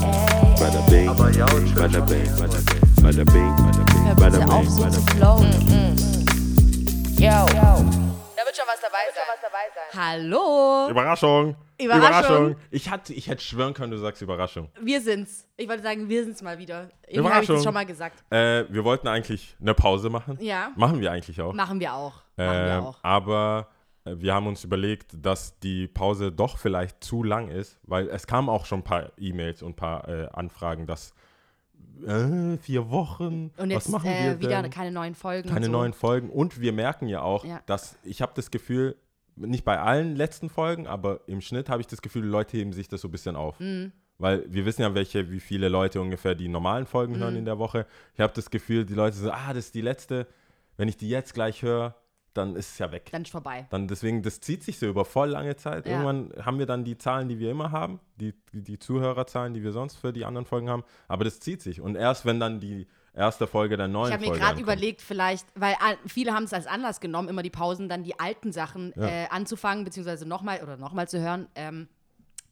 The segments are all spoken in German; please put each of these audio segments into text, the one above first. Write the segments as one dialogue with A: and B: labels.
A: Bada bing, bada bing, bada bing, bada bing, bada bing.
B: Yo.
C: Da wird schon was dabei sein. Was dabei sein.
B: Hallo,
D: Überraschung.
B: Überraschung.
D: Ich, hatte, ich hätte schwören können, du sagst Überraschung.
B: wir sind's. Ich wollte sagen, wir sind's mal wieder. Irgendwie hab ich
D: Überraschung.
B: das schon mal gesagt.
D: Äh, wir wollten eigentlich eine Pause machen.
B: Ja.
D: Machen wir eigentlich auch.
B: Machen wir auch. Machen
D: Ähm,
B: wir auch.
D: Aber äh, wir haben uns überlegt, dass die Pause doch vielleicht zu lang ist, weil es kamen auch schon ein paar E-Mails und ein paar äh, Anfragen, dass äh, vier Wochen,
B: Und
D: was
B: jetzt
D: machen wir
B: äh, wieder
D: denn?
B: keine neuen Folgen.
D: keine
B: und so.
D: neuen Folgen. Und wir merken ja auch,
B: Ja.
D: dass ich habe das Gefühl, nicht bei allen letzten Folgen, aber im Schnitt habe ich das Gefühl, die Leute heben sich das so ein bisschen auf.
B: Mhm.
D: Weil wir wissen ja, welche, wie viele Leute ungefähr die normalen Folgen
B: Mhm.
D: hören in der Woche. Ich habe das Gefühl, die Leute so, ah, das ist die letzte. Wenn ich die jetzt gleich höre, dann ist es ja weg.
B: Dann ist vorbei.
D: Dann deswegen, das zieht sich so über voll lange Zeit.
B: Ja.
D: Irgendwann haben wir dann die Zahlen, die wir immer haben, die, die Zuhörerzahlen, die wir sonst für die anderen Folgen haben. Aber das zieht sich. Und erst wenn dann die erste Folge der neuen
B: Ich habe mir
D: Folge
B: gerade
D: ankommt.
B: überlegt, vielleicht, weil äh, viele haben es als Anlass genommen, immer die Pausen, dann die alten Sachen
D: Ja.
B: äh, anzufangen, beziehungsweise nochmal oder nochmal zu hören. Ähm,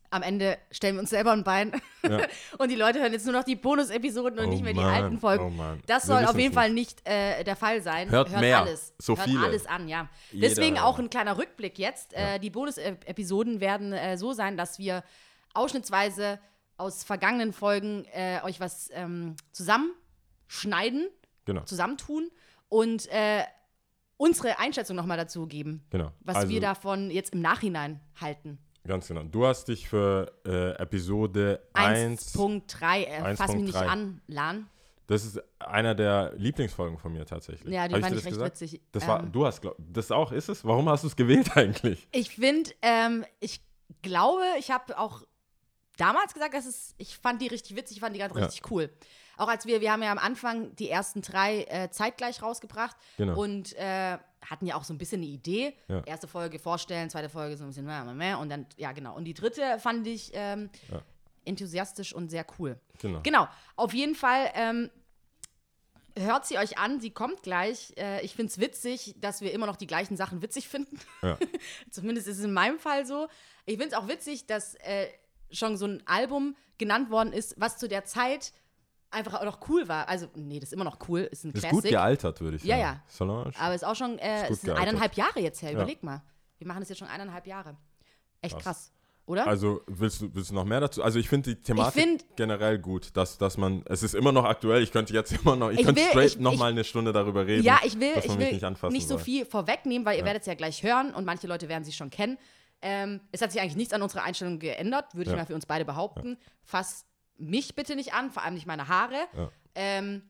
B: am Ende stellen wir uns selber ein Bein. und die Leute hören jetzt nur noch die Bonus-Episoden und
D: Oh
B: nicht mehr
D: Mann,
B: die alten Folgen.
D: oh Mann.
B: das
D: Wir
B: soll auf
D: wissen's
B: jeden Fall nicht äh, der Fall sein.
D: Hört mehr,
B: alles.
D: so
B: Hört
D: viele.
B: alles an, ja.
D: Jeder
B: Deswegen
D: hört
B: auch
D: an.
B: ein kleiner Rückblick jetzt. Äh, die Bonus-Episoden werden äh, so sein, dass wir ausschnittsweise aus vergangenen Folgen äh, euch was ähm, zusammenschneiden
D: Genau.
B: zusammentun und äh, unsere Einschätzung nochmal dazu geben,
D: Genau.
B: was
D: Also,
B: wir davon jetzt im Nachhinein halten.
D: Ganz genau. Du hast dich für äh, Episode 1.
B: 1.3, äh, fass mich nicht
D: 1.3.
B: an, Lan.
D: Das ist einer der Lieblingsfolgen von mir tatsächlich.
B: Ja, die
D: Hab
B: fand
D: dir
B: ich recht witzig.
D: Das war,
B: Ähm.
D: du hast, glaub, das auch, ist es? Warum hast du es gewählt eigentlich?
B: Ich finde, ähm, ich glaube, ich habe auch damals gesagt, dass es, ich fand die richtig witzig, ich fand die ganz
D: Ja.
B: richtig cool. Auch als wir, wir haben ja am Anfang die ersten drei äh, zeitgleich rausgebracht
D: Genau.
B: und äh, hatten ja auch so ein bisschen eine Idee.
D: Ja.
B: Erste Folge vorstellen, zweite Folge so ein bisschen mehr, mehr, mehr und dann, ja genau. Und die dritte fand ich ähm,
D: Ja.
B: enthusiastisch und sehr cool.
D: Genau.
B: Genau, auf jeden Fall ähm, hört sie euch an, sie kommt gleich. Äh, ich finde es witzig, dass wir immer noch die gleichen Sachen witzig finden.
D: Ja.
B: Zumindest ist es in meinem Fall so. Ich finde es auch witzig, dass äh, schon so ein Album genannt worden ist, was zu der Zeit einfach auch noch cool war. Also, nee, das ist immer noch cool, ist ein
D: Ist gut
B: Classic.
D: gealtert, würde ich
B: Ja,
D: sagen.
B: ja.
D: Solange.
B: aber ist auch schon äh,
D: gut
B: ist sind
D: gealtert.
B: eineinhalb Jahre jetzt her,
D: Ja.
B: überleg mal. Wir machen das jetzt schon eineinhalb Jahre. Echt krass,
D: Krass.
B: oder?
D: Also willst du, willst du noch mehr dazu? Also ich finde die Thematik
B: find-
D: generell gut, dass, dass man, es ist immer noch aktuell, ich könnte jetzt immer noch, ich,
B: Ich
D: könnte
B: will-
D: straight
B: ich- ich-
D: nochmal eine Stunde darüber reden.
B: Ja, ich will,
D: dass man
B: ich
D: mich
B: will
D: nicht, anfassen
B: so
D: soll.
B: viel vorwegnehmen, weil ihr werdet es ja gleich hören und manche Leute werden sie schon kennen. Ähm, es hat sich eigentlich nichts an unserer Einstellung geändert, würde ich
D: Ja.
B: mal für uns beide behaupten. Fass mich bitte nicht an, vor allem nicht meine Haare.
D: Ja.
B: Ähm,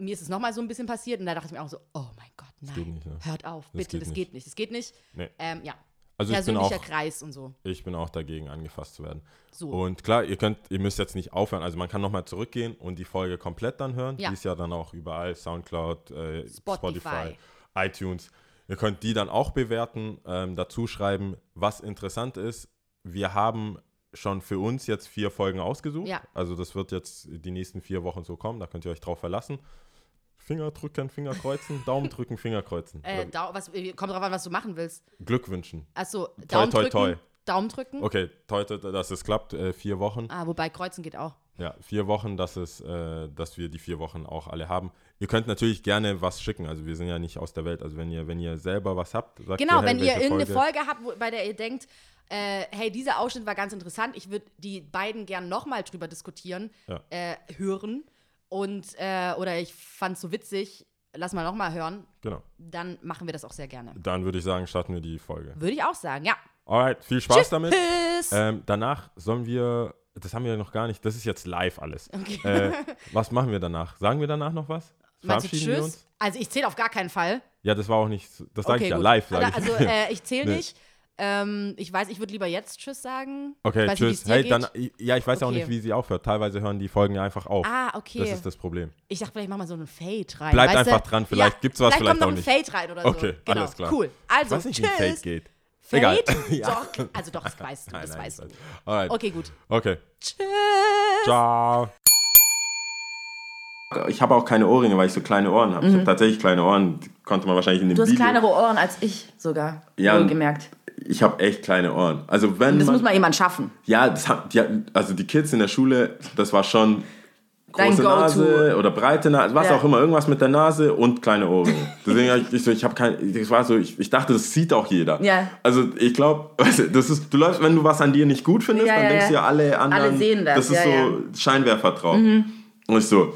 B: mir ist es nochmal so ein bisschen passiert und da dachte ich mir auch so, oh mein Gott, nein,
D: geht nicht, ne?
B: hört auf, bitte,
D: geht
B: das
D: nicht.
B: geht nicht, das geht nicht.
D: Nee.
B: Ähm, ja,
D: Also ich bin
B: persönlicher
D: auch,
B: Kreis und so.
D: ich bin auch dagegen, angefasst zu werden.
B: So.
D: Und klar, ihr könnt, ihr müsst jetzt nicht aufhören. Also man kann nochmal zurückgehen und die Folge komplett dann hören.
B: Ja.
D: Die ist ja dann auch überall, Soundcloud, äh,
B: Spotify.
D: Spotify. iTunes. Ihr könnt die dann auch bewerten, ähm, dazu schreiben, was interessant ist. Wir haben schon für uns jetzt vier Folgen ausgesucht.
B: Ja.
D: Also das wird jetzt die nächsten vier Wochen so kommen, da könnt ihr euch drauf verlassen. Finger drücken, Finger kreuzen, Daumen drücken, Finger kreuzen.
B: Äh,
D: Oder
B: Dau- was, äh, kommt drauf an, was du machen willst.
D: Glück wünschen.
B: Achso, Daumen
D: toi,
B: drücken.
D: toi.
B: Daumen drücken.
D: Okay, toi, toi, toi, dass es klappt, äh, vier Wochen.
B: Ah, wobei Kreuzen geht auch.
D: Ja, vier Wochen, dass, es, äh, dass wir die vier Wochen auch alle haben. Ihr könnt natürlich gerne was schicken. Also wir sind ja nicht aus der Welt. Also wenn ihr, wenn ihr selber was habt, sagt
B: Genau,
D: ihr, hey,
B: wenn ihr
D: welche
B: irgendeine Folge habt, wo, bei der ihr denkt, äh, hey, dieser Ausschnitt war ganz interessant, ich würde die beiden gern nochmal drüber diskutieren,
D: Ja.
B: äh, hören und äh, oder ich fand's so witzig, lass mal nochmal hören,
D: Genau.
B: dann machen wir das auch sehr gerne.
D: Dann würde ich sagen, starten wir die Folge.
B: Würde ich auch sagen, ja.
D: Alright, viel Spaß damit.
B: Tschüss.
D: Ähm, danach sollen wir, das haben wir noch gar nicht, das ist jetzt live alles. Äh, was machen wir danach? Sagen wir danach noch was?
B: Meinst du
D: wir
B: Tschüss? Also ich zähle auf gar keinen Fall.
D: Ja, das war auch nicht, das sage
B: okay,
D: ich ja
B: gut.
D: live. Sag ich.
B: also äh, ich zähle
D: Nee.
B: nicht. Ähm, ich weiß, ich würde lieber jetzt Tschüss sagen.
D: okay,
B: ich weiß
D: Tschüss.
B: Nicht, wie's
D: hey,
B: dir
D: dann,
B: geht.
D: ja, ich weiß ja auch
B: Okay.
D: nicht, wie sie aufhört. Teilweise hören die Folgen ja einfach auf.
B: Ah, okay.
D: Das ist das Problem.
B: Ich dachte, vielleicht machen wir so einen Fade rein.
D: Bleibt
B: weißt du?
D: einfach dran, vielleicht gibt's was,
B: vielleicht
D: vielleicht
B: kommt
D: auch
B: noch
D: nicht.
B: ein Fade rein oder so.
D: Okay,
B: genau.
D: alles klar.
B: Cool. Also,
D: ich weiß nicht,
B: tschüss.
D: wie ein Fade geht.
B: Fade?
D: Egal. ja.
B: Doch, also doch, das weißt du,
D: Nein,
B: das
D: nein,
B: weißt du.
D: ich weiß. Alright.
B: Okay, gut.
D: Okay.
B: Tschüss.
D: Ciao. Ich habe auch keine Ohrringe, weil ich so kleine Ohren
B: Mhm.
D: habe. Ich habe tatsächlich kleine Ohren, die konnte man wahrscheinlich in dem
C: Du hast
D: Video.
C: kleinere Ohren als ich sogar.
D: Ja,
C: wohlgemerkt.
D: ich habe echt kleine Ohren. Also wenn
B: Das
D: man,
B: muss mal jemand schaffen.
D: ja, das hat, die, hatten- also die Kids in der Schule, das war schon
B: Dein
D: große
B: Go-To.
D: Nase oder breite Nase, was
B: Ja.
D: auch immer, irgendwas mit der Nase und kleine Ohren. Deswegen hab ich, ich so, ich habe kein, das war so, ich, ich dachte, das sieht auch jeder.
B: Ja.
D: Also ich glaube, weißt du, das ist, du läufst, wenn du was an dir nicht gut findest,
B: Ja,
D: dann
B: ja,
D: denkst du
B: ja.
D: ja alle anderen,
B: Alle sehen das,
D: ist
B: ja,
D: so
B: ja. Mhm.
D: Scheinwerfer drauf. Und ich so.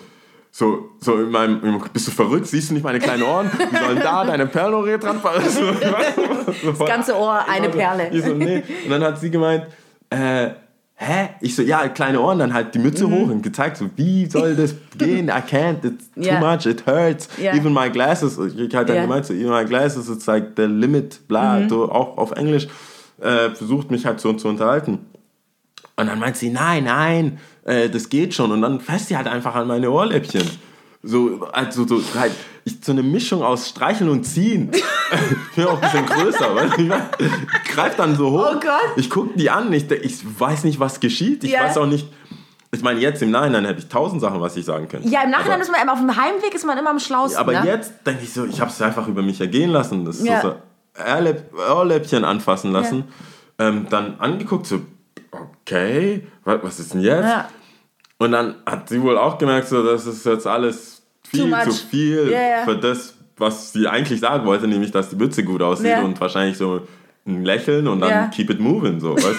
D: So, so in meinem, im- bist du verrückt? Siehst du nicht meine kleinen Ohren? Wie sollen da deine Perlenohrringe dran fallen? So, das
B: ganze Ohr, eine Perle.
D: Ich so, nee. Und dann hat sie gemeint, äh, hä? Ich so, ja, kleine Ohren, dann halt die Mütze
B: Mhm.
D: hoch und gezeigt, so, wie soll das gehen? I can't, it's too
B: Ja.
D: much, it hurts.
B: Ja.
D: Even my glasses, ich halt dann
B: Ja. Mhm.
D: gemeint, so, even my glasses, it's like the limit, bla, so, auch auf Englisch, äh, versucht mich halt so zu unterhalten. Und dann meint sie, nein, nein, äh, das geht schon. Und dann fasst sie halt einfach an meine Ohrläppchen. So, also so, halt, ich, so eine Mischung aus Streicheln und Ziehen. ich bin auch ein bisschen größer, weißt du? Ich mein, Ich greif dann so hoch.
B: Oh Gott.
D: Ich guck die an, ich, ich weiß nicht, was geschieht. Ich
B: Ja.
D: weiß auch nicht. Ich meine, jetzt im Nachhinein hätte ich tausend Sachen, was ich sagen könnte.
B: Ja, im Nachhinein
D: aber,
B: ist man immer auf dem Heimweg ist man immer am schlausten.
D: Aber
B: ne?
D: jetzt denke ich so, ich habe es einfach über mich ergehen lassen. Das ist
B: Ja.
D: so, so Ohrläpp, Ohrläppchen anfassen lassen. Ähm, dann angeguckt, so, okay, was, was ist denn jetzt?
B: Ja.
D: Und dann hat sie wohl auch gemerkt, so, das ist jetzt alles viel
B: much.
D: zu viel
B: Ja, ja.
D: für das, was sie eigentlich sagen wollte, nämlich, dass die Mütze gut aussieht
B: Ja.
D: und wahrscheinlich so ein Lächeln und dann
B: Ja.
D: keep it moving. So, weißt?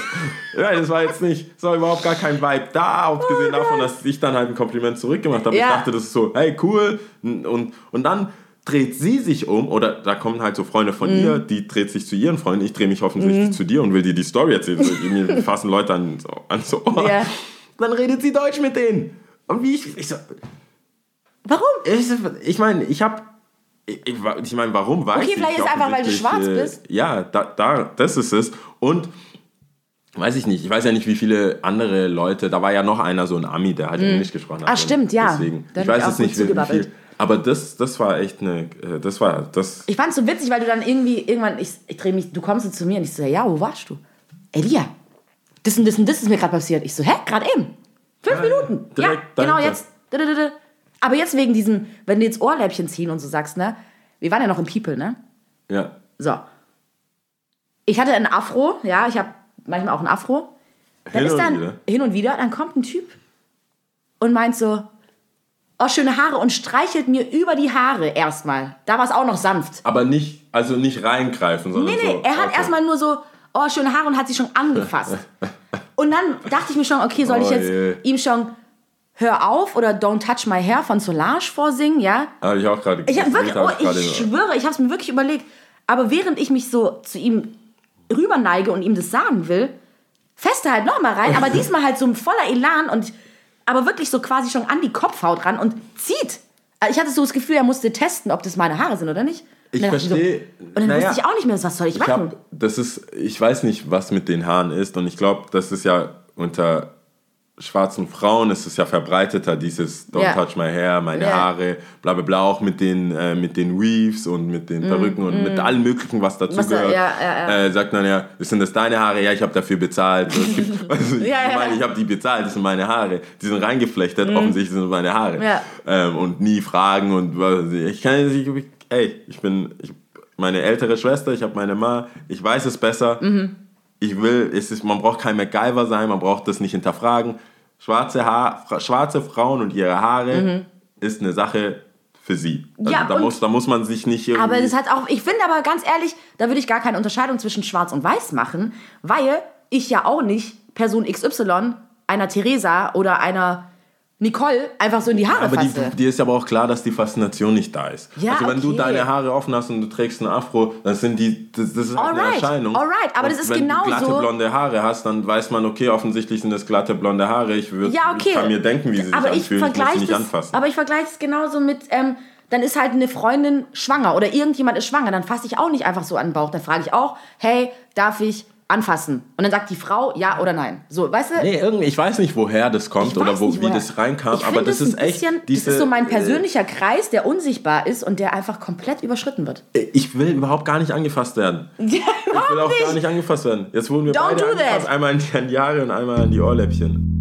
D: ja, das war jetzt nicht, es war überhaupt gar kein Vibe da, abgesehen davon, dass ich dann halt ein Kompliment zurückgemacht habe.
B: Oh Ja.
D: Ich dachte, das ist so, hey, cool. Und, und dann dreht sie sich um, oder da kommen halt so Freunde von ihr, die dreht sich zu ihren Freunden, ich drehe mich offensichtlich zu dir und will dir die Story erzählen. So, mir fassen Leute an, so, an so Ohr.
B: Ja.
D: Dann redet sie Deutsch mit denen. Und wie ich, ich so,
B: Warum?
D: ich, ich meine, ich habe. Ich, ich wa- ich meine, warum weiß
B: Okay,
D: ich
B: vielleicht ist einfach, weil du
D: offensichtlich,
B: schwarz
D: äh,
B: bist.
D: Ja, da, da, das ist es. Und weiß ich nicht, ich weiß ja nicht, wie viele andere Leute. Da war ja noch einer, so ein Ami, der halt Englisch gesprochen hat.
B: Ah,
D: Und
B: stimmt, ja.
D: Deswegen,
B: Da
D: ich
B: bin ich
D: weiß
B: auch
D: es
B: gut
D: nicht, wie, wie
B: zugebabbelt.
D: viel. Aber das, das war echt eine. äh, Das war. Das,
B: Ich fand's so witzig, weil du dann irgendwie irgendwann, ich, ich drehe mich, du kommst so zu mir und ich so, ja, wo warst du? Elia, das und das und das ist mir gerade passiert. Ich so, hä, gerade eben? Fünf
D: Ja,
B: Minuten. Ja,
D: direkt
B: genau
D: dahinter.
B: jetzt. Da, da, da, da. Aber jetzt wegen diesem, wenn du jetzt Ohrläppchen ziehen und so sagst, ne? Wir waren ja noch im People, ne?
D: ja.
B: So. Ich hatte einen Afro, ja, ich habe manchmal auch einen Afro. Dann
D: Hin
B: ist
D: und
B: dann
D: wieder.
B: hin und wieder, dann kommt ein Typ und meint so, oh, schöne Haare und streichelt mir über die Haare erstmal. Da war es auch noch sanft.
D: Aber nicht, also nicht reingreifen, sondern.
B: Nee, nee,
D: so,
B: er hat
D: okay.
B: erstmal nur so, oh, schöne Haare und hat sie schon angefasst. und dann dachte ich mir schon, okay, soll ich
D: Oh
B: jetzt
D: je.
B: ihm schon Hör auf oder Don't Touch My Hair von Solange vorsingen, ja?
D: Habe ich auch gerade
B: Ich habe wirklich,
D: das hab
B: oh,
D: ich gerade-
B: ich schwöre, ich habe es mir wirklich überlegt. Aber während ich mich so zu ihm rüberneige und ihm das sagen will, feste halt nochmal rein, aber diesmal halt so ein voller Elan und aber wirklich so quasi schon an die Kopfhaut ran und zieht. Also Ich hatte so das Gefühl, er musste testen, ob das meine Haare sind oder nicht.
D: Ich
B: Und dann dachte
D: verstehe.
B: So, und dann
D: Naja.
B: wusste ich auch nicht mehr, was soll ich,
D: Ich äh,
B: machen.
D: hab, das ist, ich weiß nicht, was mit den Haaren ist und ich glaube, das ist ja unter schwarzen Frauen ist es ja verbreiteter, dieses Don't
B: Ja.
D: touch my hair, meine
B: Ja.
D: Haare, bla bla bla, auch mit den, äh, mit den Weaves und mit den Perücken und mit allem möglichen, was dazu
B: Mm, Was da-
D: gehört.
B: ja, ja,
D: Äh, sagt man ja, sind das deine Haare? Ja, ich habe dafür bezahlt. So, es gibt, also, ich
B: Ja, ja.
D: meine, ich habe die bezahlt, das sind meine Haare. Die sind reingeflechtet, offensichtlich sind es meine Haare.
B: Mhm. Ja.
D: Ähm, und nie fragen und was weiß ich Ich kann nicht, ich, ey, ich bin ich, meine ältere Schwester, ich habe meine Ma, ich weiß es besser.
B: Mhm.
D: Ich will, es ist, man braucht kein MacGyver sein, man braucht das nicht hinterfragen. Schwarze, Haar, fra, schwarze Frauen und ihre Haare ist eine Sache für sie. Also
B: Mhm. Ja,
D: da,
B: und-
D: muss, da muss man sich nicht irgendwie...
B: Aber das hat auch, ich finde aber ganz ehrlich, da würde ich gar keine Unterscheidung zwischen schwarz und weiß machen, weil ich ja auch nicht Person XY, einer Theresa oder einer Nicole einfach so in die Haare
D: Aber die,
B: fasse.
D: dir ist aber auch klar, dass die Faszination nicht da ist.
B: Ja,
D: also wenn du
B: okay.
D: deine Haare offen hast und du trägst einen Afro, dann sind die, das, das ist halt eine
B: Alright,
D: Erscheinung.
B: alright, aber
D: und
B: das ist
D: wenn
B: genauso-
D: du glatte blonde Haare hast, dann weiß man, okay, offensichtlich sind das glatte blonde Haare. Ich, würd,
B: ja, okay.
D: ich kann mir denken, wie sie sich
B: aber ich
D: anfühlen. Ich muss
B: vergleiche
D: sie nicht
B: das,
D: anfassen.
B: Aber ich vergleiche es genauso mit, ähm, dann ist halt eine Freundin schwanger oder irgendjemand ist schwanger, dann fasse ich auch nicht einfach so an den Bauch. Dann frage ich auch, hey, darf ich anfassen? Und dann sagt die Frau ja oder nein. So, weißt du?
D: Nee, irgendwie, ich weiß nicht, woher das kommt
B: Ich
D: oder
B: weiß
D: wo,
B: nicht,
D: wie
B: woher.
D: das reinkam,
B: Ich
D: aber
B: finde
D: das
B: es
D: ist
B: ein
D: echt
B: bisschen,
D: diese,
B: das ist so mein
D: äh,
B: persönlicher Kreis, der unsichtbar ist und der einfach komplett überschritten wird.
D: Äh, Ich will überhaupt gar nicht angefasst werden.
B: Ja,
D: Ich will
B: überhaupt
D: auch gar
B: nicht.
D: nicht angefasst werden. Jetzt wurden wir
B: Don't
D: beide
B: do that.
D: angefasst. Einmal an die- an die Haare und einmal an die Ohrläppchen.